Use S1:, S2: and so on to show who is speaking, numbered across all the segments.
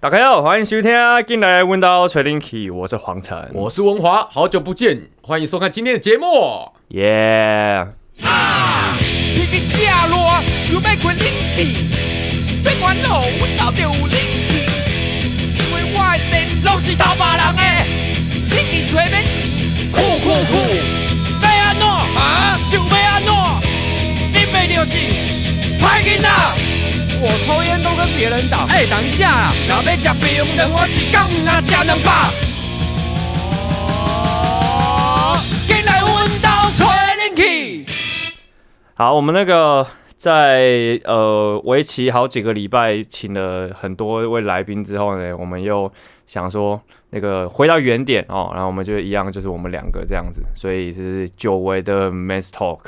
S1: 打开哦，欢迎收听《进来问到锤林奇》，我是黄晨，
S2: 嗯我是文华，好久不见，欢迎收看今天的节目。
S1: 耶！
S3: 天气正热，想要开冷气，别烦恼，阮家就有冷气。因为我的电拢是偷别人的，冷气吹免钱，酷酷酷！要安怎啊？想要安怎？你袂就是歹囡仔。我抽烟都跟别人打。哎、等一下啦，若要吃冰糖，我一天若吃两百。哦，进来阮家吹冷气。
S1: 好，我们那个在呃为期好几个礼拜，请了很多位来宾之后呢，我们又想说那个回到原点哦，然后我们就一样，就是我们两个这样子，所以是久违的 Men's Talk，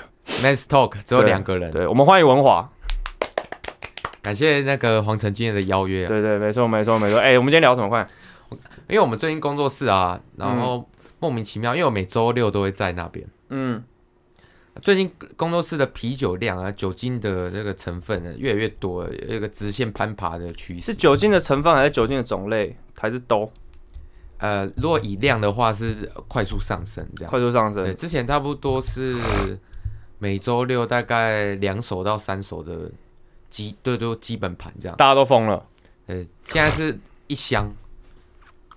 S2: Nice talk，只有
S1: 对
S2: 两个人，
S1: 对，我们欢迎文华。
S2: 感谢那个黄晨今天的邀约、啊。
S1: 对对，没错没错没错。哎、我们今天聊什么？快，
S2: 因为我们最近工作室啊，然后莫名其妙，因为我每周六都会在那边。
S1: 嗯，
S2: 最近工作室的啤酒量啊，酒精的这个成分呢越来越多了，有一个直线攀爬的趋
S1: 是
S2: 势。
S1: 酒精的成分，还是酒精的种类，还是都
S2: 呃，如果以量的话是快速上升这样。
S1: 快速上升
S2: 对，？之前差不多是每周六大概两手到三手的基，对，就基本盘这样。
S1: 大家都疯了，
S2: 呃，现在是一箱，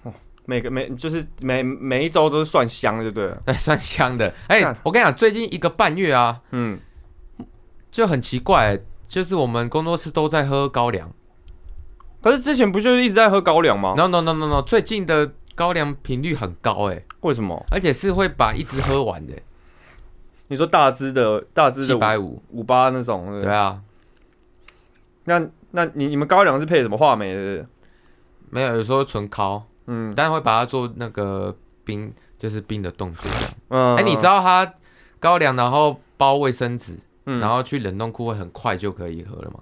S1: 每个每就是每每一周都是算香就对了。
S2: 哎，算香的。哎、
S1: 干
S2: 我跟你讲，最近一个半月啊，
S1: 嗯，
S2: 就很奇怪、就是我们工作室都在喝高粱。
S1: 可是之前不就是一直在喝高粱吗？
S2: No no no no no，最近的高粱频率很高哎、
S1: 为什么？
S2: 而且是会把一直喝完的、
S1: 你说大支的大支
S2: 七
S1: 的
S2: 百五。
S1: 五八那种，对不
S2: 对
S1: 对
S2: 啊，
S1: 那那你你们高粱是配什么话梅的？
S2: 没有，有时候纯烤，
S1: 嗯
S2: 但会把它做那个冰，就是冰的动作这样。
S1: 嗯，
S2: 哎、你知道它高粱然后包卫生纸，
S1: 嗯，
S2: 然后去冷冻库会很快就可以喝了嘛？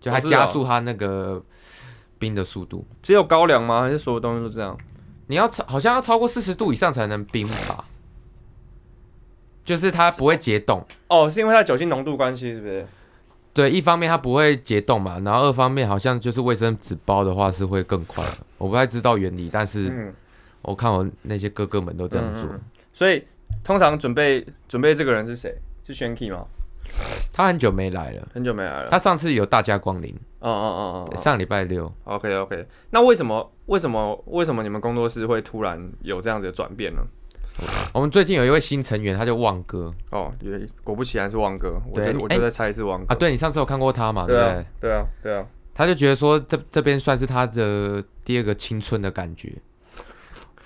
S2: 就它
S1: 哦是哦
S2: 加速它那个冰的速度。
S1: 只有高粱吗？还是所有东西都这样？
S2: 你要超好像要超过四十度以上才能冰吧？就是它不会解冻，
S1: 哦，是因为它酒精浓度关系，是不是？
S2: 对，一方面它不会解冻嘛，然后二方面好像就是卫生纸包的话是会更快的，我不太知道原理，但是
S1: 嗯，
S2: 我看我那些哥哥们都这样做
S1: 嗯，所以通常准备准备这个人是谁？是 Shanky 吗？
S2: 他很久没来了，
S1: 很久没来了。
S2: 他上次有大家光临，
S1: 哦哦哦哦
S2: 上礼拜六，
S1: ，OK OK。那为什么为什么为什么你们工作室会突然有这样子的转变呢？
S2: 我们最近有一位新成员，他叫旺哥
S1: 哦，也果不其然是汪哥，我
S2: 对
S1: 就
S2: 你
S1: 我
S2: 哎
S1: 就在猜是汪哥
S2: 啊，对你上次有看过他嘛，对
S1: 哦对啊
S2: 不对？
S1: 对啊对啊，
S2: 他就觉得说这这边算是他的第二个青春的感觉，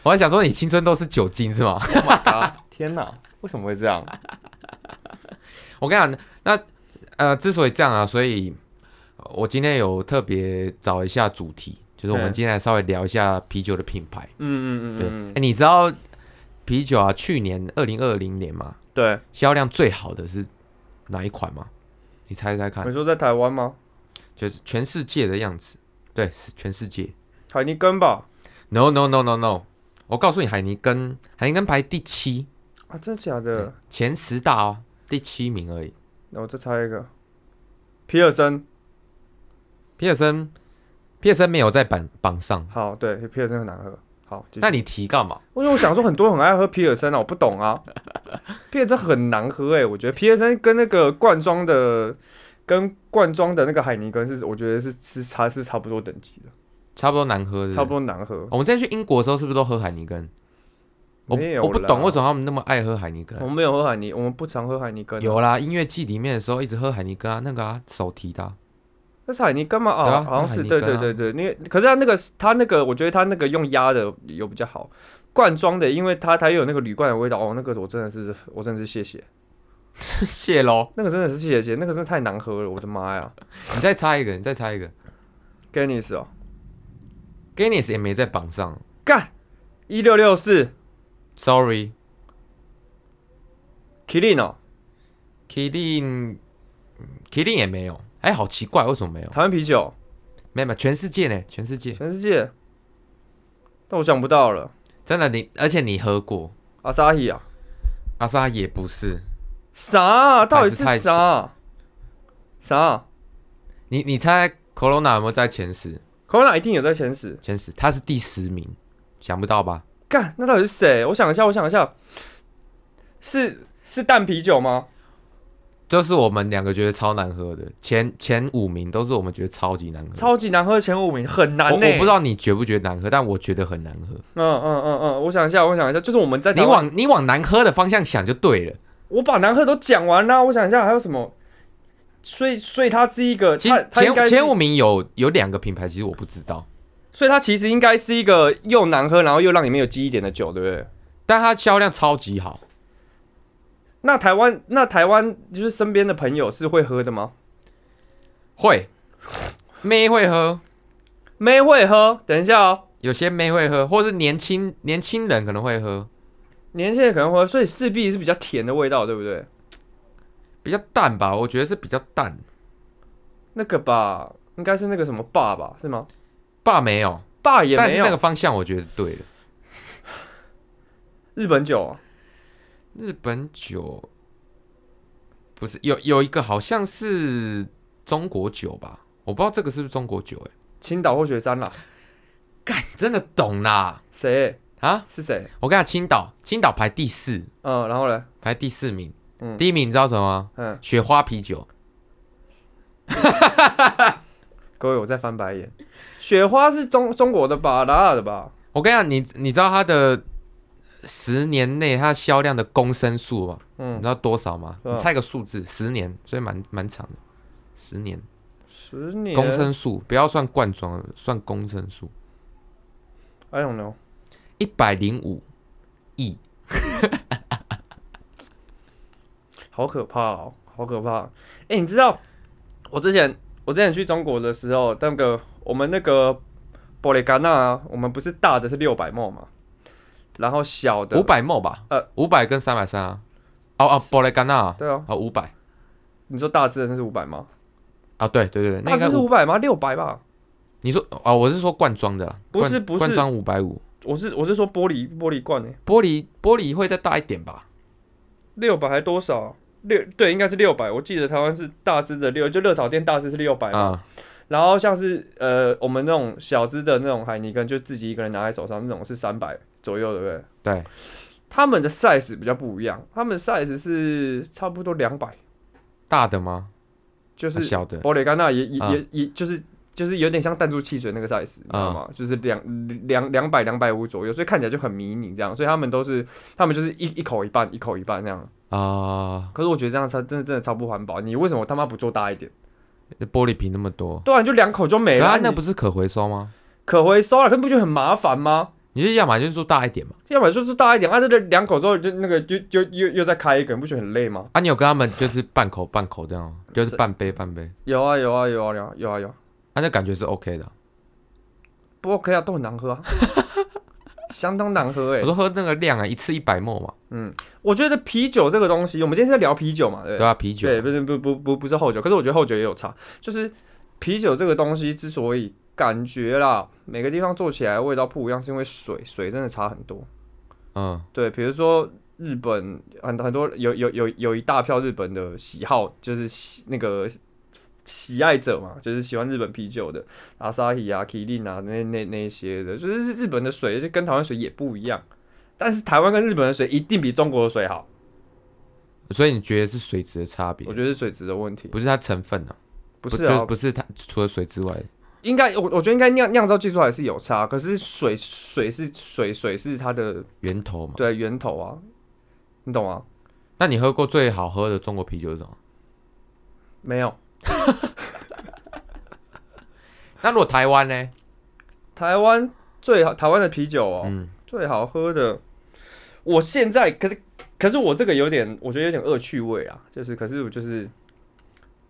S2: 我还想说你青春都是酒精是吗？
S1: 啊天哪，为什么会这样？
S2: 我跟你讲，那呃，之所以这样啊，所以呃我今天有特别找一下主题，就是我们
S1: 嗯
S2: 今天来稍微聊一下啤酒的品牌。
S1: 嗯
S2: 对，哎、
S1: 嗯嗯嗯，
S2: 你知道啤酒啊，去年二零二零年嘛，
S1: 对，
S2: 销量最好的是哪一款吗？你猜猜看
S1: 你，说在台湾吗？
S2: 就是全世界的样子。对，是全世界。
S1: 海尼根吧？
S2: No no no no no，我告诉你，海尼根，海尼根排第七，
S1: 啊，真的假的？
S2: 前十大哦，第七名而已。
S1: 那我再猜一个，皮尔森。
S2: 皮尔森，皮尔森没有在榜榜上，
S1: 好，对，皮尔森很难喝。好，继续
S2: 那你提干嘛？
S1: 因为我想说很多人很爱喝皮尔森啊，我不懂啊，皮尔森很难喝哎、我觉得皮尔森跟那个罐装的。跟罐装的那个海尼根是，我觉得是是差是差不多等级的，
S2: 差不多难喝是不是
S1: 差不多难喝。
S2: 我们之前去英国的时候，是不是都喝海尼根？我
S1: 没有
S2: 我不懂
S1: 啦
S2: 为什么他们那么爱喝海尼
S1: 我
S2: 根。
S1: 们没有喝海尼，我们不常喝海尼根、啊。
S2: 有啦，音乐季里面的时候一直喝海尼根啊，那个啊手提的啊、
S1: 那是海尼根嘛？
S2: 对啊
S1: 啊，好像是，
S2: 那
S1: 对对
S2: 海尼根啊
S1: 对对，因为可是他那个他那个，我觉得他那个用压的有比较好，罐装的，因为它它有那个铝罐的味道，哦，那个我真的是我真的是谢谢，
S2: 谢喽。
S1: 那个真的是谢谢，那个真的太难喝了，我的妈呀
S2: 你再猜一个，你再猜一个
S1: ，Guinness 哦，
S2: ，Guinness 也没在榜上
S1: 干一六六四
S2: ，Sorry。
S1: Kirin 哦，
S2: 麒麟，麒麟也没有。哎、好奇怪，为什么没有？
S1: 台湾啤酒，
S2: 没有，没有全世界呢，全世界
S1: 全世界，但我想不到了，
S2: 真的你，而且你喝过，
S1: 阿萨伊啊，
S2: 阿萨也不是。
S1: 啥啊？到底
S2: 还是
S1: 是
S2: 太
S1: 啥啊？啥啊？
S2: 你你猜 Corona 有没有在前十？
S1: ，Corona 一定有在前十。
S2: 前十，他是第十名，想不到吧？
S1: 干，那到底是谁？我想一下，我想一下，是是淡啤酒吗？
S2: 就是我们两个觉得超难喝的，前前五名都是我们觉得超级难喝。
S1: 超级难喝的前五名很难欸
S2: 我我
S1: 呢、
S2: 不知道你觉不觉得难喝，但我觉得很难喝。
S1: 嗯嗯嗯嗯，我想一下，我想一下，就是我们在
S2: 你
S1: 台湾，
S2: 往你往难喝的方向想就对了。
S1: 我把难喝都讲完啦、我想一下还有什么？所以所以它是一个，
S2: 其
S1: 它
S2: 实
S1: 它应
S2: 前
S1: 该是
S2: 前五名有有两个品牌，其实我不知道，
S1: 所以它其实应该是一个又难喝，然后又让你没有记忆点的酒，对不对？
S2: 但它销量超级好。
S1: 那台湾，那台湾就是身边的朋友是会喝的吗？
S2: 会，妹会喝，
S1: 没会喝，等一下哦，
S2: 有些妹会喝，或是年轻年轻人可能会喝，
S1: 年轻人可能会喝，所以势必是比较甜的味道，对不对？
S2: 比较淡吧，我觉得是比较淡。
S1: 那个吧，应该是那个什么爸吧，是吗？
S2: 爸没有，
S1: 爸也
S2: 但
S1: 没
S2: 是
S1: 有，
S2: 那个方向我觉得对了。
S1: 日本酒啊、
S2: 日本酒不是有有一个好像是中国酒吧，我不知道这个是不是中国酒、欸，哎，
S1: 青岛或雪山啦、
S2: 干，真的懂啦
S1: 谁
S2: 啊！
S1: 是谁？
S2: 我跟你讲，青岛青岛排第四，
S1: 嗯，然后呢？
S2: 排第四名，
S1: 嗯
S2: 第一名你知道什么吗？
S1: 嗯，
S2: 雪花啤酒，
S1: 各位我在翻白眼。雪花是中中国的吧，拉拉的吧？
S2: 我跟你讲，你你知道它的十年内它销量的公升数吗？你
S1: 嗯
S2: 知，道多少吗？
S1: 嗯
S2: 你猜个数字，十年，所以蛮蛮长的，十年
S1: 十年。
S2: 公升数，不要算罐装，算公升数，
S1: ，I don't know。
S2: 一百零五亿。
S1: 好可怕哦，好可怕！哎、你知道我之前我之前去中国的时候，那个我们那个玻璃干纳，我们不是大的是六百沫嘛，然后小的
S2: 五百梦吧，
S1: 呃
S2: 呃，五百跟三百三啊，哦哦，博雷甘纳啊，
S1: 对啊，
S2: 哦五百
S1: 你说大只的那是五百吗？
S2: 啊，对对对，那
S1: 大
S2: 应该
S1: 只是
S2: 五，
S1: 五百吗？六百吧？
S2: 你说哦，我是说罐装的啦，
S1: 不是
S2: 罐
S1: 不是
S2: 罐装五百五，
S1: 我是我是说玻璃玻璃罐诶、欸
S2: 玻璃玻璃会再大一点吧，
S1: 六百还多少？六对，应该是六百。我记得台湾是大只的六，就热炒店大只是六百嘛。
S2: 啊，
S1: 然后像是呃我们那种小只的那种海尼根，就自己一个人拿在手上那种是三百左右，对不对？
S2: 对，
S1: 他们的 size 比较不一样，他们 size 是差不多两百，
S2: 大的吗？
S1: 就是
S2: 啊小的
S1: 玻璃甘纳也也
S2: 啊
S1: 也也就是就是有点像弹珠汽水那个 size，你知道吗？就是两两两百两百五左右，所以看起来就很迷你这样，所以他们都是他们就是一一口一半一口一半那样。
S2: 啊，
S1: 可是我觉得这样超真的真的超不环保，你为什么他妈不做大一点？
S2: 玻璃瓶那么多，
S1: 对啊，你就两口就没
S2: 可
S1: 了，
S2: 它那
S1: 你
S2: 不是可回收吗？
S1: 可回收了，可不觉得很麻烦吗？
S2: 你就要么就是做大一点嘛，
S1: 要么就是大一点，啊，这个两口之后就那个就就又又再开一个，你不觉得很累吗？
S2: 啊，你有跟他们就是半口半口这样吗，就是半杯半杯，
S1: 有啊有啊有啊有啊有啊有啊，
S2: 啊，那感觉是 OK 的啊。
S1: 不 OK 啊，都很难喝 啊，相当难喝哎、
S2: 我说喝那个量啊，一次一百沫嘛，
S1: 嗯，我觉得啤酒这个东西，我们今天是在聊啤酒嘛，对不
S2: 对
S1: 对？
S2: 啊，啤酒
S1: 对，不是不不不不是后酒，可是我觉得后酒也有差，就是啤酒这个东西之所以感觉啦，每个地方做起来的味道不一样，是因为水水真的差很多。
S2: 嗯，
S1: 对，比如说日本很很多有有有有一大票日本的喜好，就是喜那个喜爱者嘛，就是喜欢日本啤酒的阿萨伊啊、麒麟啊那那那一些的，就是日本的水就跟台湾水也不一样，但是台湾跟日本的水一定比中国的水好，
S2: 所以你觉得是水质的差别
S1: 我，觉得是水质的问题，
S2: 不是它成分啊？
S1: 不
S2: 不
S1: 是
S2: 就
S1: 啊，
S2: 不是它除了水之外，
S1: 应该我我觉得应该酿酿造技术还是有差，可是水水是水水是它的
S2: 源头嘛。
S1: 对源头啊，你懂吗？
S2: 那你喝过最好喝的中国啤酒是什么？
S1: 没有，
S2: 那如果台湾呢？
S1: 台湾最好台湾的啤酒哦。
S2: 嗯，
S1: 最好喝的，我现在可是可是我这个有点，我觉得有点恶趣味啊，就是可是我就是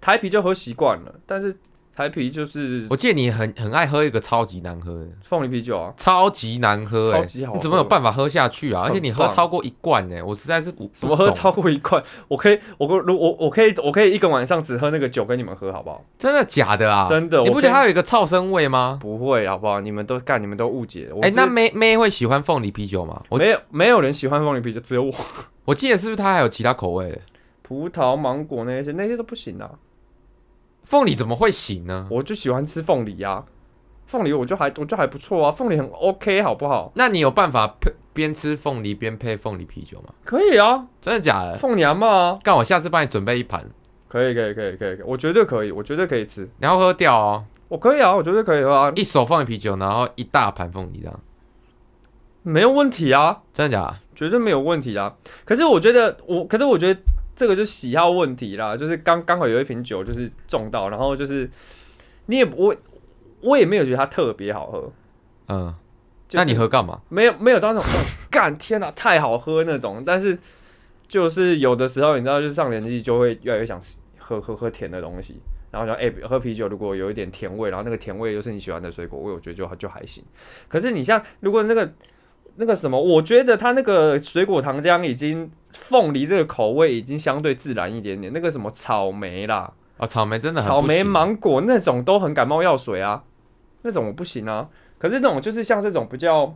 S1: 台啤就喝习惯了，但是台啤就是
S2: 我记得你很很爱喝一个超级难喝的，
S1: 凤梨啤酒啊，
S2: 超级难喝哎、
S1: 超级好喝
S2: 你怎么有办法喝下去啊？
S1: 很棒
S2: 而且你喝超过一罐呢、我实在是不
S1: 什么喝
S2: 不懂
S1: 超过一罐，我可以我跟如我我可以我可以一个晚上只喝那个酒跟你们喝好不好？
S2: 真的假的啊？
S1: 真的
S2: 你
S1: 我
S2: 不
S1: 跟
S2: 觉得它有一个噪声味吗？
S1: 不会好不好？你们都干你们都误解了，我
S2: 哎、
S1: 只
S2: 那妹妹会喜欢凤梨啤酒吗？我
S1: 没有没有人喜欢凤梨啤酒，只有我。
S2: 我记得是不是它还有其他口味的？
S1: 葡萄、芒果那些那些都不行啊，
S2: 凤梨怎么会行呢？
S1: 我就喜欢吃凤梨啊。凤梨我就还我就还不错啊，凤梨很 OK 好不好？
S2: 那你有办法配边吃凤梨边配凤梨啤酒吗？
S1: 可以啊，
S2: 真的假的？
S1: 凤娘嘛啊，
S2: 干，我下次帮你准备一盘，
S1: 可以可以可以可以，可以我绝对可以，我绝对可以吃，
S2: 你要喝掉哦，
S1: 我可以啊，我绝对可以喝啊，
S2: 一手凤梨啤酒，然后一大盘凤梨这样，
S1: 没有问题啊，
S2: 真的假的？
S1: 绝对没有问题啊。可是我觉得我，可是我觉得这个就喜好问题啦，就是刚刚好有一瓶酒就是中到，然后就是你也我我也没有觉得它特别好喝，
S2: 嗯，
S1: 就是、
S2: 那你喝干嘛？
S1: 没有没有到那种哦 干、天哪、太好喝那种，但是就是有的时候你知道，就是上年纪就会越来越想吃喝喝喝甜的东西。然后想，哎、喝啤酒如果有一点甜味，然后那个甜味又是你喜欢的水果味，我觉得就就还行。可是你像如果那个那个什么，我觉得它那个水果糖浆已经凤梨这个口味已经相对自然一点点，那个什么草莓啦、
S2: 哦，草莓真的很
S1: 草莓、
S2: 吗？
S1: 芒果那种都很感冒药水啊，那种我不行啊。可是那种就是像这种比较，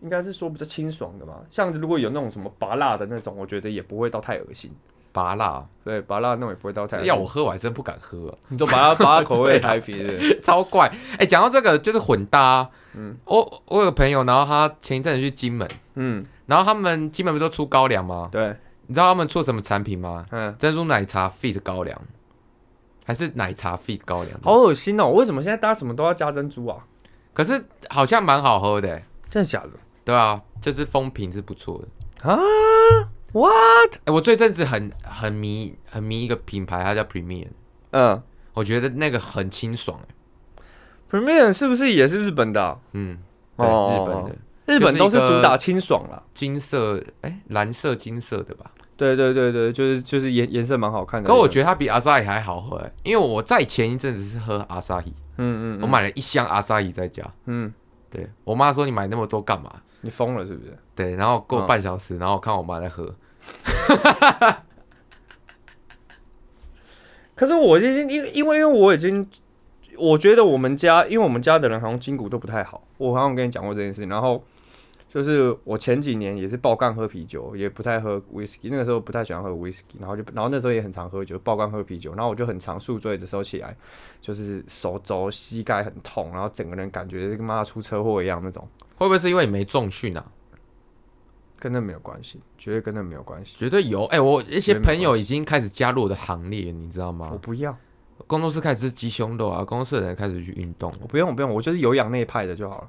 S1: 应该是说比较清爽的嘛。像如果有那种什么拔辣的那种，我觉得也不会到太恶心。
S2: 拔辣哦，
S1: 对，拔辣那种也不会到太恶心
S2: 要我喝我还真不敢喝、啊
S1: 你就拔辣拔辣口味的台啤是不是
S2: 超怪。哎、讲到这个就是混搭，
S1: 嗯
S2: 嗯，我我有个朋友，然后他前一阵子去金门，
S1: 嗯，
S2: 然后他们金门不都出高粱吗？
S1: 对，
S2: 你知道他们出什么产品吗？
S1: 嗯，
S2: 珍珠奶茶 fit 高粱，还是奶茶 fit 高粱？
S1: 好，恶心哦！为什么现在大家什么都要加珍珠啊？
S2: 可是好像蛮好喝的欸、
S1: 真的假的
S2: 对啊，就是风评是不错的。
S1: 啊？What？
S2: 哎、我这阵子很很迷很迷一个品牌，它叫 Premier，
S1: 嗯
S2: 我觉得那个很清爽、欸。
S1: ，Premium 是不是也是日本的啊、
S2: 嗯，对，
S1: 哦
S2: 日本的
S1: 日本都是主打清爽啦。
S2: 金色，哎、蓝色金色的吧？
S1: 对对对对，就是就是颜颜色蛮好看的。
S2: 可我觉得它比阿萨伊还好喝、欸，因为我在前一阵子是喝阿萨伊，
S1: 得，嗯嗯，
S2: 我
S1: 嗯
S2: 买了一箱阿萨伊在家。
S1: 嗯，
S2: 对我妈说你买那么多干嘛？
S1: 你疯了是不是？
S2: 对，然后过
S1: 嗯
S2: 半小时，然后我看我妈在喝，
S1: 可是我已经因因为因为我已经，我觉得我们家，因为我们家的人好像筋骨都不太好，我好像跟你讲过这件事。然后就是我前几年也是爆干喝啤酒，也不太喝 whisky，那个时候不太喜欢喝 whisky，然后就然后那时候也很常喝酒，爆干喝啤酒，然后我就很常宿醉的时候起来，就是手肘膝盖很痛，然后整个人感觉跟妈出车祸一样那种，
S2: 会不会是因为你没重训啊？
S1: 跟那没有关系，绝对跟那没有关系。
S2: 绝对有，哎、我一
S1: 绝对
S2: 些
S1: 没关
S2: 朋友已经开始加入我的行列，你知道
S1: 我
S2: 吗？
S1: 不要，
S2: 工作室开始吃鸡胸肉啊，工作室的人开始去运动，
S1: 我不用，我不用，我就是有氧那一派的就好了。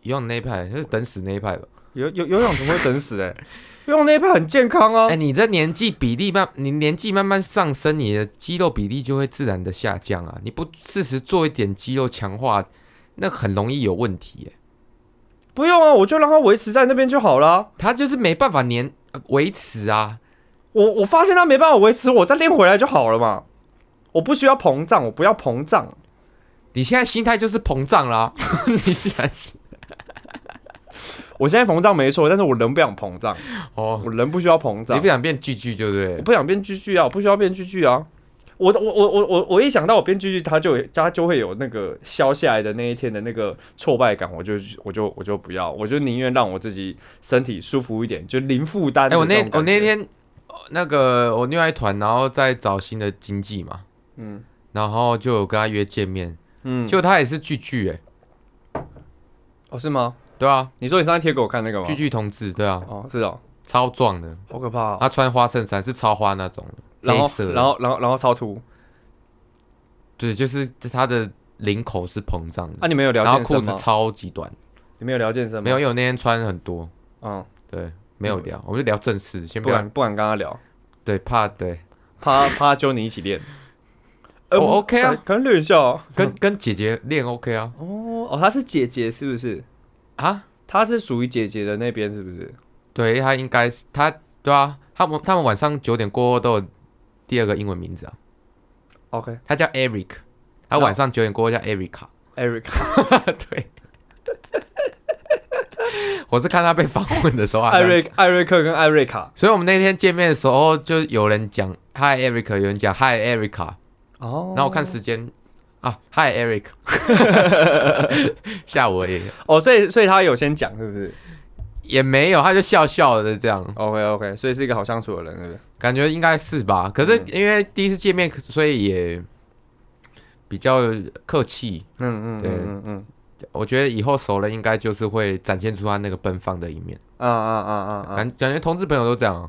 S2: 游泳那一派就是等死那一派吧。
S1: 游游游泳怎么会等死、欸？ 哎，游泳那一派很健康啊。
S2: 哎、你这年纪比例慢，你年纪慢慢上升，你的肌肉比例就会自然的下降啊。你不适时做一点肌肉强化，那很容易有问题、哎，
S1: 不用啊，我就让它维持在那边就好啊啦。
S2: 它就是没办法粘呃维持啊。
S1: 我我发现它没办法维持，我再练回来就好了嘛。我不需要膨胀，我不要膨胀。
S2: 你现在心态就是膨胀啦， 你现在心
S1: 我现在膨胀没错，但是我人不想膨胀，
S2: 哦，
S1: 我人不需要膨
S2: 你
S1: 胀
S2: 不，想变巨巨，对不
S1: 我
S2: 对？
S1: 不想变巨巨啊，我不需要变巨巨啊。我我我我我我一想到我变巨巨，它就有它就会有那个消下来的那一天的那个挫败感，我就我就我就不要，我就宁愿让我自己身体舒服一点，就零负担
S2: 哎、
S1: 的
S2: 我
S1: 种感
S2: 那
S1: 觉。
S2: 我那天呃那个我另外一团，然后在找新的经纪嘛，
S1: 嗯
S2: 然后就有跟他约见面，
S1: 嗯，
S2: 结果他也是巨巨哎、
S1: 哦是吗？
S2: 对啊，
S1: 你说你上次贴给我看那个吗
S2: 巨？巨同志，对啊，
S1: 哦是哦，
S2: 超壮的，
S1: 好可怕、哦。
S2: 他穿花衬衫是超花那种的，
S1: 然
S2: 黑
S1: 后
S2: 色的，
S1: 然后然后然后超突
S2: 对，就是他的领口是膨胀的，
S1: 啊！你们有聊
S2: 然后
S1: 健
S2: 裤
S1: 身
S2: 子
S1: 吗？
S2: 超级短，
S1: 你们有聊健身吗？
S2: 没有，，因为我那天穿很多，
S1: 嗯，啊
S2: 对，没有聊，我们就聊正事，先
S1: 不
S2: 不要，
S1: 敢不敢跟他聊，
S2: 对，怕对，
S1: 怕怕揪你一起练。呃
S2: 哦 OK 啊，
S1: 可能练一下哦。
S2: 跟跟姐姐练 OK 啊
S1: 哦哦，她是姐姐是不是？
S2: 啊，
S1: 她是属于姐姐的那边是不是？
S2: 对他应该是他，对啊，他们他们晚上九点过后都有第二个英文名字啊，
S1: ？OK，
S2: 他叫 Eric，他晚上九点过后叫 Erica，
S1: Eric，
S2: 对。我是看他被访问的时候啊，
S1: 艾瑞艾瑞克跟艾瑞卡。
S2: 所以我们那天见面的时候，就有人讲 Hi Eric，有人讲 Hi Erica，
S1: 哦
S2: 然后我看时间啊，Hi Eric，吓我也
S1: 哦，所以所以他有先讲是不是
S2: 也没有，他就笑笑的这样，
S1: ？OK OK，所以是一个好相处的人是不是？嗯
S2: 感觉应该是吧？可是因为第一次见面，所以也比较客气，
S1: 嗯嗯，
S2: 对
S1: 嗯嗯嗯
S2: 我觉得以后熟了应该就是会展现出他那个奔放的一面。
S1: 啊啊啊啊啊，
S2: 感感觉同志朋友都这样啊，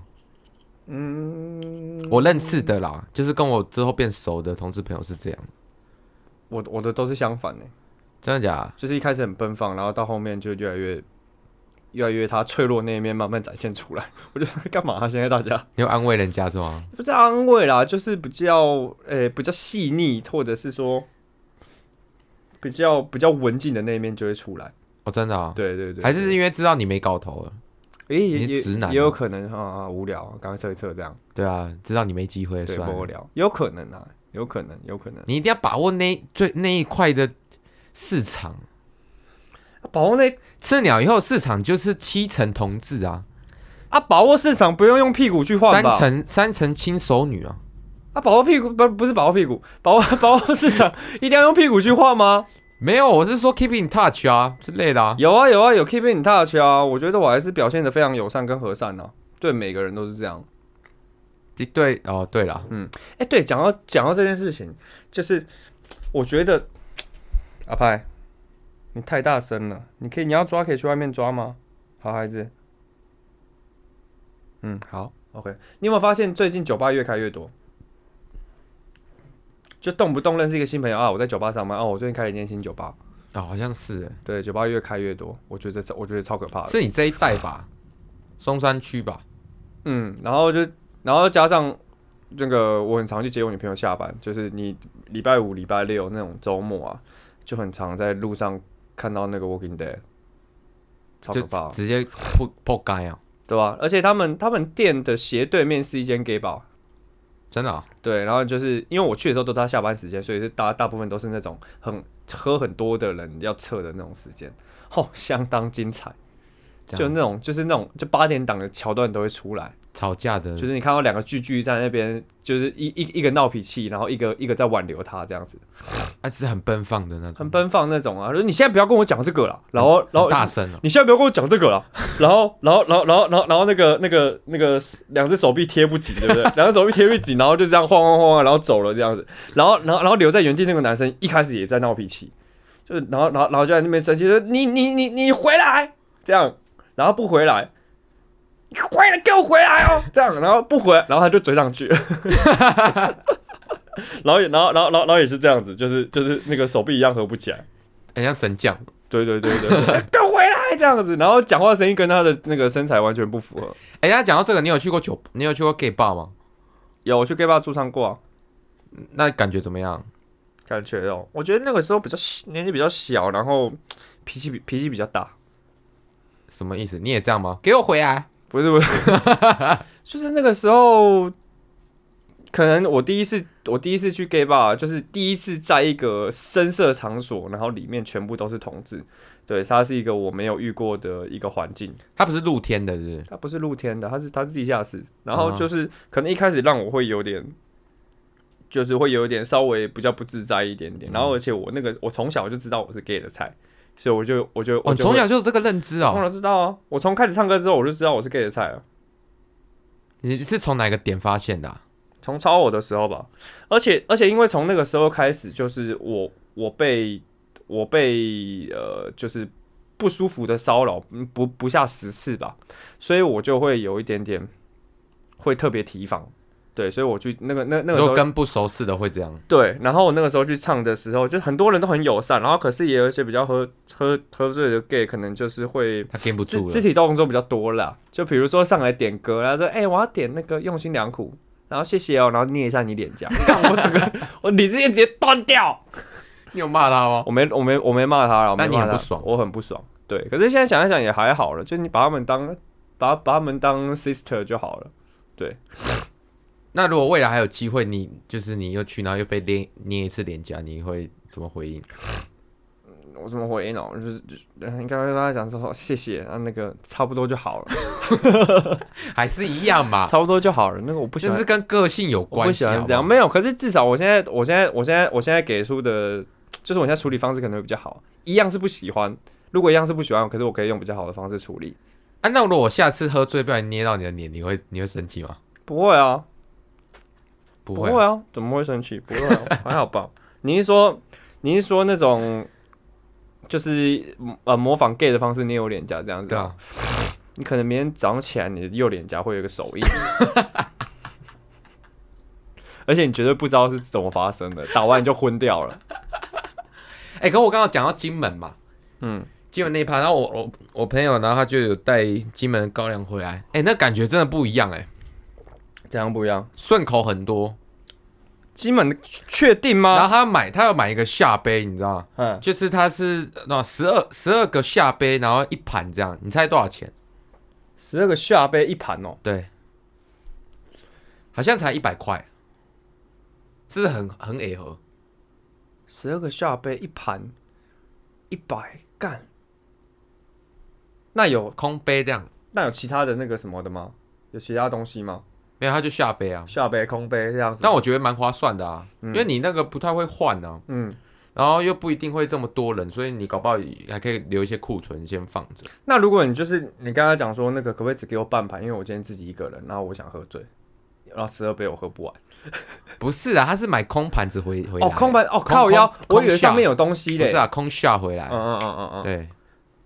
S1: 嗯，
S2: 我认识的啦，就是跟我之后变熟的同志朋友是这样。
S1: 我我的都是相反的，
S2: 真的假的？
S1: 就是一开始很奔放，然后到后面就越来越。越来越他脆弱那一面慢慢展现出来， 我就说干嘛、啊？现在大家
S2: 你有安慰人家是吗？
S1: 不是安慰啦，就是比较呃、比较细腻，或者是说比较比较文静的那一面就会出来。
S2: 哦，真的啊、
S1: 对对对，
S2: 还是
S1: 对
S2: 因为知道你没搞头了？
S1: 诶也
S2: 你
S1: 也
S2: 是直男
S1: 也有
S2: 吗
S1: 可能啊、啊无聊，赶快测一测这样，
S2: 对啊，知道你没机会，
S1: 对，
S2: 算
S1: 不无
S2: 了。
S1: 聊，有可能啊，有可能，有可能。
S2: 你一定要把握那最那一块的市场。
S1: 啊把握那
S2: 吃鸟以后市场就是七成同志啊，
S1: 啊，把握市场不用用屁股去换
S2: 三
S1: 吧？
S2: 成三成亲手女啊，
S1: 啊，把握屁股不不是把握屁股，把握 把握市场一定要用屁股去换吗？
S2: 没有，我是说 keep in touch 啊之类的啊。
S1: 有啊有啊有 keep in touch 啊，我觉得我还是表现的非常友善跟和善呢、啊对每个人都是这样。啊
S2: 对哦，对了，
S1: 哎、对，讲到讲到这件事情，就是我觉得阿派，你太大声了，你可以你要抓可以去外面抓吗？好孩子，嗯，好，OK。你有没有发现最近酒吧越开越多？就动不动认识一个新朋友啊，我在酒吧上班哦，我最近开了一间新酒吧，
S2: 哦，好像是耶，
S1: 对，酒吧越开越多，我觉得这我觉得超可怕的。
S2: 是你这一代吧，松山区吧？
S1: 嗯，然后就然后加上那个我很常去接我女朋友下班，就是你礼拜五、礼拜六那种周末啊，就很常在路上看到那个 Walking Dead，超
S2: 就
S1: 可怕，
S2: 直接破破街啊，
S1: 对吧、而且他们他们店的斜对面是一间 gay bar，
S2: 真的、啊。
S1: 对，然后就是因为我去的时候都是他下班时间，所以是大大部分都是那种很喝很多的人要撤的那种时间， 哦，相当精彩，
S2: 这
S1: 就
S2: 样
S1: 那种就是那种就八点档的桥段都会出来。
S2: 吵架的，
S1: 就是你看到两个巨巨在那边，就是一一一个闹脾气，然后一个一个在挽留他这样子，
S2: 还是很奔放的那种，
S1: 很奔放那种啊。就是你现在不要跟我讲这个了，然后然后
S2: 很大声哦，
S1: 你现在不要跟我讲这个了， 然后然后然后然后然后然后那个那个那个两只手臂贴不紧，对不对？两只手臂贴不紧，然后就这样晃晃晃晃，然后走了这样子，然后然后然后留在原地那个男生一开始也在闹脾气，就是然后然后然后就在那边生气，说你你你你回来这样，然后不回来。你回来，给我回来哦！这样，然后不回来，然后他就追上去， 然后也，然后，然后，然后，然后也是这样子，就是就是那个手臂一样合不起来，
S2: 很哎像神将。
S1: 对对对对对， 跟回来这样子，然后讲话声音跟他的那个身材完全不符合。
S2: 哎、那讲到这个，你有去过酒，你有去过 gay bar 吗？
S1: 有我去 gay bar 驻唱过、啊，
S2: 那感觉怎么样？
S1: 感觉哦，我觉得那个时候比较小年纪比较小，然后脾气比脾气比较大，
S2: 什么意思？你也这样吗？给我回来！
S1: 不是不是，就是那个时候，可能我第一次我第一次去 gay bar，就是第一次在一个深色场所，然后里面全部都是同志，对，它是一个我没有遇过的一个环境。
S2: 他不是露天的，是不是？
S1: 它不是露天的，它是它是地下室。然后
S2: 啊
S1: 就是、可能一开始让我会有点，就是会有一点稍微比较不自在一点点。
S2: 嗯
S1: 然后而且我那个我从小就知道我是 gay 的菜，所以我就我就
S2: 哦，
S1: 我
S2: 你
S1: 就会
S2: 从小就有这个认知
S1: 从
S2: 哦。
S1: 小知道啊，我从开始唱歌之后我就知道我是 gay 的菜啊了。
S2: 你是从哪个点发现的啊、
S1: 从超我的时候吧，而且而且因为从那个时候开始，就是我我被我被呃就是不舒服的骚扰，嗯不不下十次吧，所以我就会有一点点会特别提防，对，所以我去那个那那
S2: 你
S1: 个时
S2: 说
S1: 候
S2: 跟不熟识的会这样，
S1: 对，然后我那个时候去唱的时候，就很多人都很友善，然后可是也有一些比较喝喝喝醉的 gay，可能就是会
S2: 他 g 不
S1: 肢
S2: 住
S1: 肢
S2: 了。
S1: 体动作比较多啦，就比如说上来点歌，然后说：“哎、我要点那个用心良苦。”然后谢谢哦，然后捏一下你脸颊， 干我整个我理智线直接断掉。
S2: 你有骂他吗？
S1: 我没我没我没骂他了，我没
S2: 但你
S1: 骂
S2: 很
S1: 他
S2: 不爽
S1: 我很不爽。对，可是现在想一想也还好了，就是你把他们当把把他们当 sister 就好了。
S2: 那如果未来还有机会，你就是你又去，然后又被捏捏一次脸颊，你会怎么回应？
S1: 我怎么回应呢？哦就是应该跟他讲说谢谢，啊那个差不多就好了，
S2: 还是一 样嘛，
S1: 差不多就好了。那个我不喜
S2: 就
S1: 欢
S2: 是跟个性有
S1: 我不
S2: 关
S1: 喜
S2: 系。
S1: 欢这样，
S2: 好不好
S1: 没有。可是至少我现在，我现在，我现在，我现在给出的，就是我现在处理方式可能会比较好。一样是不喜欢，如果一样是不喜欢，可是我可以用比较好的方式处理。
S2: 啊，那如果我下次喝醉，不然捏到你的脸，你会你会生气吗？
S1: 不会啊，
S2: 不
S1: 不
S2: 会啊。
S1: 会啊，怎么会生气？不会、啊，还好吧。 你是说你是说那种就是呃模仿 gay 的方式捏我脸颊这样子？
S2: 对啊，
S1: 你可能明天早上起来，你的右脸颊会有一个手印， 而且你绝对不知道是怎么发生的，打完你就昏掉了。
S2: 哎、可我刚刚讲到金门嘛，
S1: 嗯，
S2: 金门那一趴，然后我我我朋友，然后他就有带金门的高粱回来，哎、那感觉真的不一样、哎，
S1: 这样不一样。
S2: 顺口很多。
S1: 金门的确定
S2: 然
S1: 吗？
S2: 后他买，他要买一个下杯，你知道吗？
S1: 嗯，
S2: 就是它是那十二十二个下杯，然后一盘这样，你猜多少钱？
S1: 十二个下杯一盘哦，
S2: 对，好像才一百块，是不是很很 A 合？
S1: 十二个下杯一盘，一百干。那有
S2: 空杯这样，
S1: 那有其他的那个什么的吗？有其他东西吗？
S2: 没有他就下杯啊。
S1: 下杯空杯这样子？
S2: 但我觉得蛮划算的啊，因为你那个不太会换啊，
S1: 嗯，
S2: 然后又不一定会这么多人，所以你搞不好还可以留一些库存先放着。
S1: 那如果你就是你刚才讲说那个，可不可以只给我半盘？因为我今天自己一个人，然后我想喝醉，然后十二杯我喝不完。
S2: 不是啊，他是买空盘子回回来。
S1: 哦，空盘哦，
S2: 空
S1: 靠腰，
S2: 空
S1: 我以为上面有东
S2: 空
S1: 西
S2: 不
S1: 嘞。
S2: 是啊，空下回来。
S1: 嗯嗯嗯嗯嗯。
S2: 对，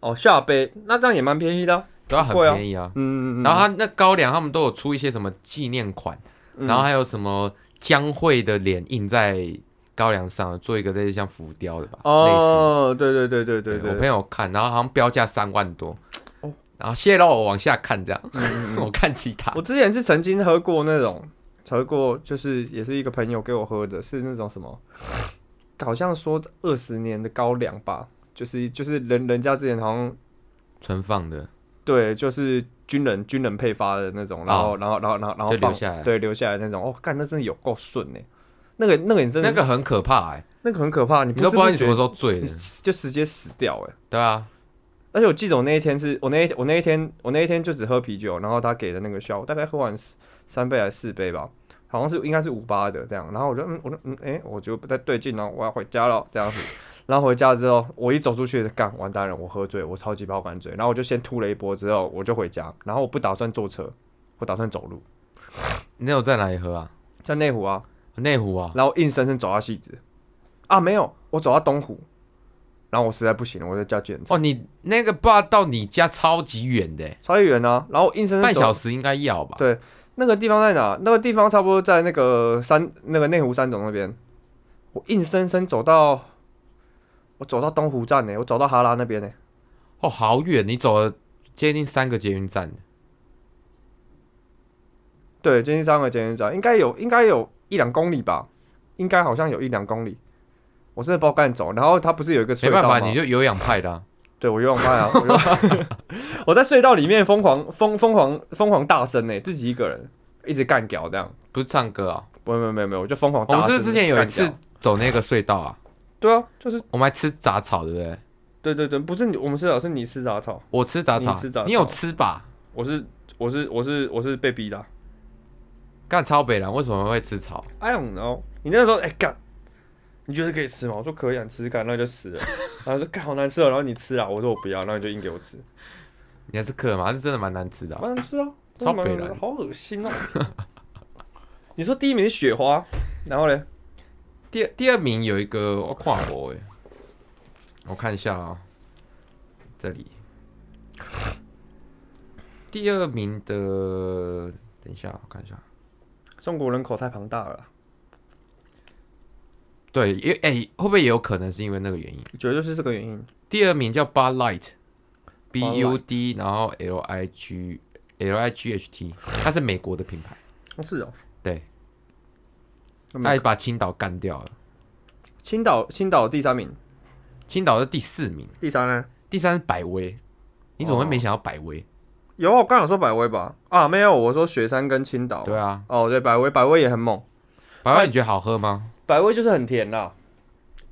S1: 哦，下杯，那这样也蛮便宜的啊。
S2: 都要很
S1: 不贵啊
S2: 便宜啊。
S1: 嗯嗯嗯。
S2: 然后他那高粱他们都有出一些什么纪念款，
S1: 嗯
S2: 然后还有什么江蕙的脸印在高粱上，做一个类似像浮雕的吧，
S1: 哦，对对对对
S2: 类
S1: 对
S2: 似。我
S1: 对
S2: 朋友看，然后好像标价三万多
S1: 哦，
S2: 然后泄露我往下看这样，
S1: 嗯
S2: 我看其他
S1: 我之前是曾经喝过那种，喝过就是也是一个朋友给我喝的，是那种什么，好像说二十年的高粱吧，就是就是人人家之前好像
S2: 存放的，
S1: 对，就是军人军人配发的那种，然后、然后然后然后然后
S2: 哦就留
S1: 放
S2: 下来
S1: 对，留下来那种，哦，干那真的有够顺呢，那个那个你真的
S2: 那
S1: 是
S2: 个很可怕哎，
S1: 那个很可怕，你
S2: 你
S1: 不
S2: 都不知道你
S1: 知
S2: 什么
S1: 觉
S2: 时候醉
S1: 你
S2: 的，
S1: 就直接死掉哎。
S2: 对啊，
S1: 而且我记得我那一天是我那一我那一天我那一天就只喝啤酒，然后他给的那个效，我大概喝完四三杯还是四杯吧，好像是应该是五八的这样。然后我就嗯，我就嗯，哎、我觉得不太对劲哦，我要回家了这样子。 然后回家之后，我一走出去，干完蛋了，我喝醉，我超级爆满醉。然后我就先吐了一波，之后我就回家，然后我不打算坐车，我打算走路，
S2: 你有在哪里喝啊？
S1: 在内湖啊，
S2: 内湖啊，
S1: 然后硬生生走到戏子啊，没有，我走到东湖，然后我实在不行了，我就叫检查，
S2: 哦，你那个爸到你家超级远的欸，
S1: 超级远啊，然后硬生生
S2: 半
S1: 走
S2: 小时应该要吧？
S1: 对那个地方在哪？那个地方差不多在那个山，那个内湖山总那边。我硬生生走到，我走到东湖站呢、我走到哈拉那边呢、
S2: 哦，好远，你走了接近三个捷运站。
S1: 对，今天三个捷运站应该有，应该有一两公里吧，应该好像有一两公里。我真的不知道该走。然后它不是有一个
S2: 没
S1: 隧道
S2: 办
S1: 吗
S2: 法，你就有氧派的、啊，
S1: 对我游泳慢啊，我游泳 我在隧道里面疯狂疯疯狂疯狂大声呢、自己一个人一直干屌这样。
S2: 不是唱歌啊。
S1: 没有没有没有没有，我就疯狂
S2: 我
S1: 大
S2: 们
S1: 声。
S2: 是不是之前有一
S1: 干屌
S2: 次走那个隧道啊？
S1: 对啊，就是
S2: 我们还吃杂草，对不对？
S1: 对对对，不是你，我们是老师你吃杂草。
S2: 我吃杂草，
S1: 你吃杂草
S2: 有吃吧？
S1: 我是我是我是我是被逼的啊、
S2: 干超北兰为什么会吃草？
S1: I don't know。你那时候哎干、你觉得可以吃吗？我说可以、啊，你吃干，那就 死了。然后说干好难吃哦，然后你吃啊，我说我不要，然后你就硬给我吃，
S2: 你还是嗑吗？是真的蛮难吃的啊、
S1: 蛮难吃啊，
S2: 超
S1: 真的蛮
S2: 北
S1: 难
S2: 蓝
S1: 好恶心哦。 你说第一名是雪花，然后嘞，
S2: 第第二名有一个我跨博哎，我看一下啊、这里第二名的，等一下我看一下，
S1: 中国人口太庞大了啦，
S2: 对，因为哎、会不会也有可能是因为那个原因？
S1: 绝对是这个原因。
S2: 第二名叫 Bud Light，B
S1: Bud
S2: U D，然后 L I G L I G H T，它是美国的品牌，
S1: 哦是哦，
S2: 对，
S1: 那么
S2: 它也把青岛干掉了。
S1: 青岛青岛第三名，
S2: 青岛是第四名，
S1: 第三呢？
S2: 第三是百威。你怎么会
S1: 哦
S2: 没想到百威？
S1: 有啊我刚刚有说百威吧？啊，没有，我说雪山跟青岛。
S2: 对啊，
S1: 哦，对，百威百威也很猛。
S2: 百威你觉得好喝吗？
S1: 百威就是很甜啦。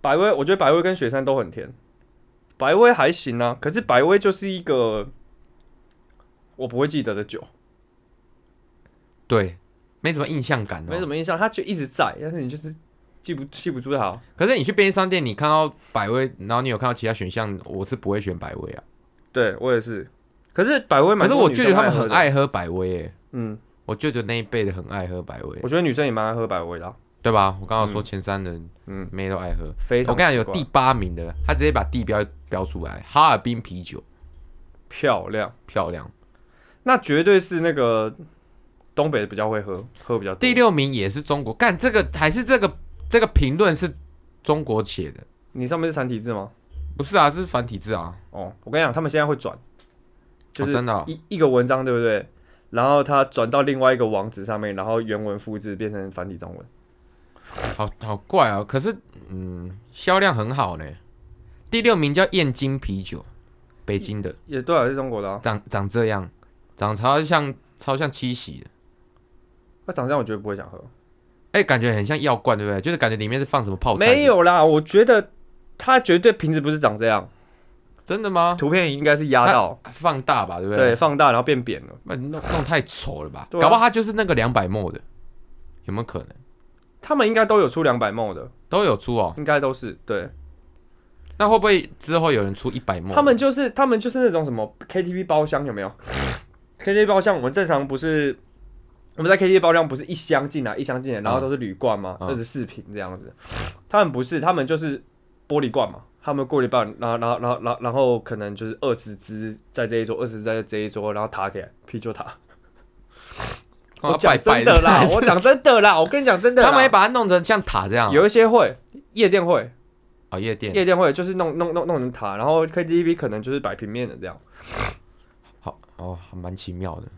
S1: 百威，我觉得百威跟雪山都很甜。百威还行啊，可是百威就是一个我不会记得的酒，
S2: 对，没什么印象感、哦。
S1: 没什。么印象，它就一直在，但是你就是记不记不住它。
S2: 可是你去便利商店，你看到百威，然后你有看到其他选项，我是不会选百威啊。
S1: 对我也是，可是百威蛮
S2: 可是
S1: 多
S2: 我
S1: 女
S2: 舅
S1: 生
S2: 舅他们
S1: 喝
S2: 很
S1: 的，
S2: 爱喝百威、耶
S1: 嗯，
S2: 我舅舅那一辈的很爱喝百威
S1: 我。觉得女生也蛮爱喝百威的啊、
S2: 对吧？我刚刚说前三人
S1: 嗯，
S2: 妹都爱喝，
S1: 非常
S2: 我跟你讲有
S1: 奇怪
S2: 第八名的，他直接把地标标出来，哈尔滨啤酒
S1: 漂亮，
S2: 漂亮。
S1: 哦那绝对是那个东北比较会喝，喝比较多
S2: 第，六名也是中国，干这个还是这个这个评论是中国写的，
S1: 你上面是繁体字吗？
S2: 不是啊，是繁体字啊，
S1: 哦，我跟你讲，他们现在会转，就是
S2: 哦、真的哦、
S1: 一、一个文章对不对？然后它转到另外一个网址上面，然后原文复制变成繁体中文。
S2: 好好怪啊、可是嗯，销量很好呢。第六名叫燕京啤酒，北京的，
S1: 也对啊，是中国的啊。
S2: 长长这样，长超像超像七喜的，
S1: 那长这样我绝对不会想喝。
S2: 哎、感觉很像药罐，对不对？就是感觉里面是放什么泡菜？
S1: 没，有啦，我觉得它绝对瓶子不是长这样，
S2: 真的吗？
S1: 图片应该是压到，
S2: 放大吧，对不
S1: 啊对，
S2: 对？
S1: 放大然后变扁了。
S2: 那弄呃弄太丑了吧？
S1: 嗯对啊
S2: 搞不好它就是那个两百沫的，有没有可能？
S1: 他们应该都有出两百梦的，
S2: 都有出哦，
S1: 应该都是对。
S2: 那会不会之后有人出一百沫？
S1: 他们就是他们就是那种什么 KTV 包厢有没有？KTV 包厢我们正常不是我们在 KTV 包厢不是一箱进来一箱进来，然后都是铝罐吗？
S2: 嗯
S1: 二十四瓶这样子。他们不是，他们就是玻璃罐嘛。他们过了一半，然后然后然后然后然后可能就是二十支在这一桌，二十在这一桌，然后塔给啤酒塔。
S2: 哦
S1: 我讲
S2: 拜拜
S1: 真的 啦，
S2: 是
S1: 我讲真的啦，我跟你讲真的啦。
S2: 他们也把它弄成像塔这样啊，
S1: 有一些会夜店会，
S2: 哦夜店，
S1: 夜店会就是弄弄弄弄成塔，然后 KTV 可能就是摆平面的这样。
S2: 好哦，蛮奇妙的，
S1: 嗯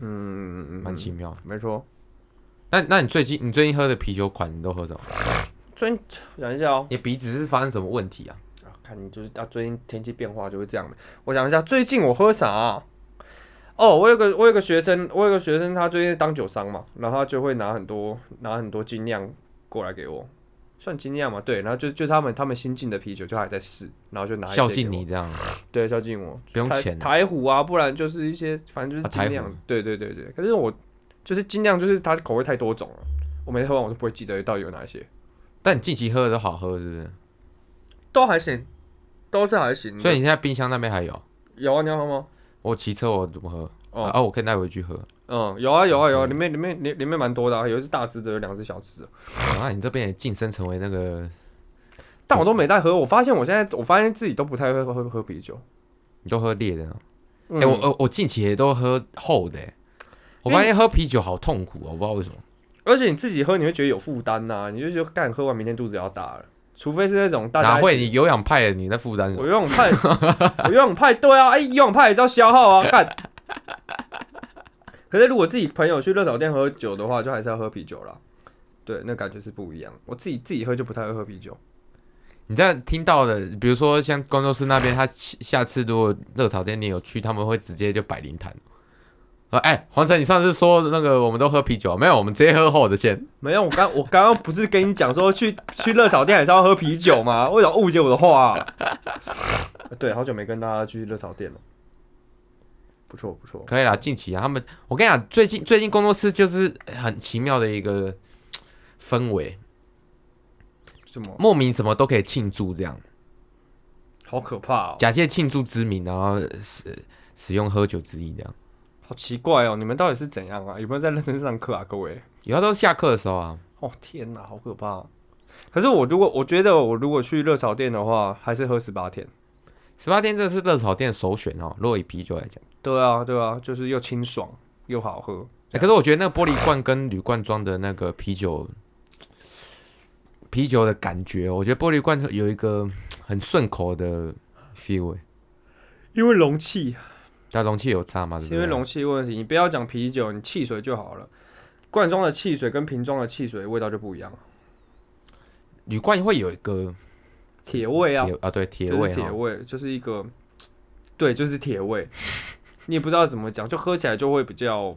S1: 嗯嗯，
S2: 蛮奇妙的。
S1: 没错。
S2: 那那你最近你最近喝的啤酒款你都喝什么？
S1: 最近想一下哦，
S2: 你鼻子是发生什么问题啊？
S1: 啊看你就是啊，最近天气变化就会这样。我想一下，最近我喝啥啊、哦，我有个我有个学生，我有个学生，他最近当酒商嘛，然后他就会拿很多拿很多精酿过来给我，算精酿嘛，对，然后就就他们他们新进的啤酒就还在试，然后就拿一些
S2: 孝敬
S1: 给我
S2: 你，这样，
S1: 对，孝敬我，
S2: 不用
S1: 台
S2: 钱啊
S1: 台虎啊，不然就是一些反正就
S2: 啊
S1: 是
S2: 台
S1: 精酿，
S2: 虎
S1: 对对对对。可是我就是精酿，就是它口味太多种了，我每次喝完我都不会记得到底有哪些，
S2: 但你近期喝的都好喝，是不是？
S1: 都还行，都是还行的。
S2: 所以你现在冰箱那边还有？
S1: 有啊，你要喝吗？
S2: 我骑车我怎么喝？
S1: 哦
S2: 哦、啊，我可以带回去喝。
S1: 嗯，有啊有啊有啊，里面里面里里面蛮多的、啊，有一只大只的，有两只小只的，
S2: 啊，你这边也晋升成为那个，
S1: 但我都没在喝。我发现我现在我发现自己都不太会喝喝喝啤酒。
S2: 你都喝烈的啊。
S1: 哎
S2: 哎、我我我近期也都喝厚的、欸。我发现喝啤酒好痛苦哦，我不知道为什么。
S1: 而且你自己喝，你会觉得有负担呐，你就觉得干喝完明天肚子也要大了，除非是那种大家
S2: 哪
S1: 一
S2: 会
S1: 起
S2: 你有氧派的，你在负担什
S1: 我
S2: 么？
S1: 游泳派， 我游泳派对啊，哎、游泳派也是要消耗 啊，干。可是如果自己朋友去热炒店喝酒的话，就还是要喝啤酒啦。对，那感觉是不一样。我自己自己喝就不太会喝啤酒。
S2: 你在听到的，比如说像工作室那边，他下下次如果热炒店你有去，他们会直接就摆零摊。啊，哎、黄晨，你上次说那个我们都喝啤酒，啊没有，我们直接喝厚的先。
S1: 没有，我刚我刚刚不是跟你讲说去去热炒店还是要喝啤酒吗？为什么误解我的话、啊？ 对，好久没跟大家去热炒店了。不错不错，
S2: 可以啦，近期啊，他们我跟你讲，最近最近工作室就是很奇妙的一个嘖氛围，
S1: 什么？
S2: 莫名什么都可以庆祝，这样
S1: 好可怕哦！
S2: 假借庆祝之名，然后使使用喝酒之意，这样。
S1: 好奇怪哦！你们到底是怎样啊？有没有在认真上课啊，各位？
S2: 有的都是下课的时候啊，
S1: 哦天哪，好可怕、哦可是我如果我觉得我如果去热炒店的话，还是喝十八天。
S2: 十八天这是热炒店首选哦。如果以啤酒来讲，
S1: 对啊，对啊，就是又清爽又好喝。
S2: 欸可是我觉得那个玻璃罐跟铝罐装的那个啤酒，啤酒的感觉，我觉得玻璃罐有一个很顺口的 feel，欸
S1: 因为容器
S2: 但容器有差吗？对不
S1: 是
S2: 对
S1: 因为容器问题，你不要讲啤酒，你汽水就好了。罐装的汽水跟瓶装的汽水味道就不一样了，
S2: 铝罐会有一个
S1: 铁味啊，
S2: 铁啊，对铁
S1: 就
S2: 味
S1: 是铁
S2: 哈。
S1: 味，就是一个，对，就是铁 味。你也不知道怎么讲，就喝起来就会比较，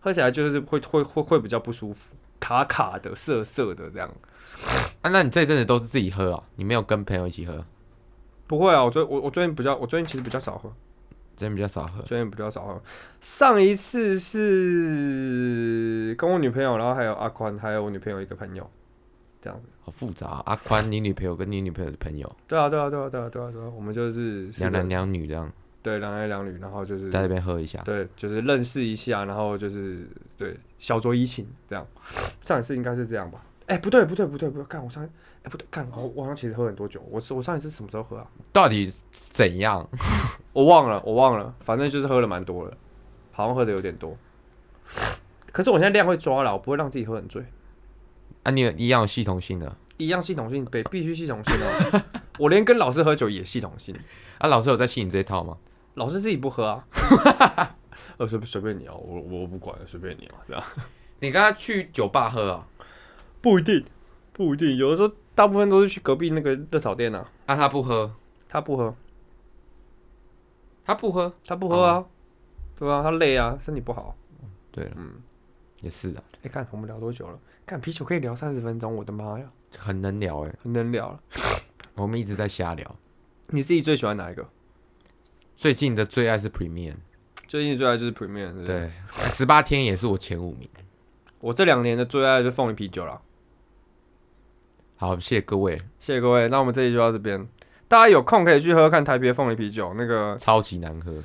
S1: 喝起来就是会会会会比较不舒服，卡卡的、涩涩的这样。
S2: 啊，那你这一阵子都是自己喝哦，你没有跟朋友一起喝，
S1: 不会啊，我最我我最近比较，我最近其实比较少
S2: 嗯
S1: 喝，
S2: 真的比较少喝。
S1: 最近比较少喝。上一次是跟我女朋友，然后还有阿宽，还有我女朋友一个朋友，这样子。
S2: 好复杂啊、阿宽，你女朋友跟你女朋友的朋友，
S1: 对啊，对啊，对啊，对啊，对啊，对啊，我们就是四
S2: 两
S1: 个
S2: 男两女这样，
S1: 对两男两女，然后就是
S2: 在那边喝一下。
S1: 对，就是认识一下，然后就是对小酌怡情这样。上一次应该是这样吧？
S4: 哎、不对不对不对不对，干我上哎、不对干我我好像其实喝很多酒，我是我上一次什么时候喝啊？
S2: 到底怎样？
S1: 我忘了，我忘了，反正就是喝了蛮多的，好像喝的有点多。
S4: 可是我现在量会抓了，我不会让自己喝很醉，
S2: 啊，你有一样有系统性的
S4: 一样系统性，得必须系统性哦。 我连跟老师喝酒也系统性，
S2: 啊？老师有在信你这一套吗？
S4: 老师自己不喝啊。 呃，随随便你啊，我我不管，随便你啊，这样
S2: 你跟他去酒吧喝啊？
S4: 不一定，不一定，有的时候大部分都是去隔壁那个热炒店啊，
S2: 啊，他不喝，
S4: 他不喝，
S2: 他不喝。
S4: 他不喝啊，对啊？他累啊，身体不好。
S2: 对了，嗯，也是啊，
S4: 哎、看我们聊多久了？看啤酒可以聊三十分钟，我的妈呀，
S2: 很能聊哎、
S4: 很能聊了。
S2: 我们一直在瞎聊。
S4: 你自己最喜欢哪一个？
S2: 最近的最爱是 Premium，
S1: 最近最爱就是 Premium，对不对
S2: 对，十八天也是我前五名。
S1: 我这两年的最爱就是凤梨啤酒了。
S2: 好，谢谢各位，
S1: 谢谢各位，那我们这集就到这边。大家有空可以去喝喝看台啤的凤梨啤酒，那个
S2: 超级难喝，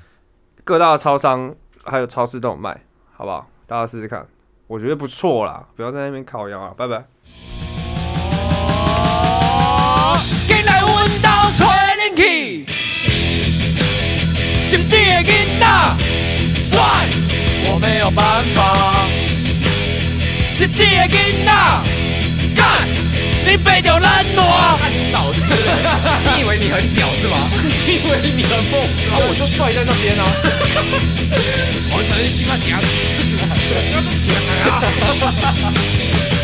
S1: 各大超商还有超市都有卖，好不好？大家试试看，我觉得不错啦，不要在那边烤羊啊，拜拜。
S3: 哦进来阮兜找恁去，心机的囡仔，帅，我没有办法。心机的囡仔，干，你背着咱我。老子， 你以为你很屌是吗？ 你以为你很猛？啊，我就帅在那边啊。我才是鸡巴强，不要动起来啊！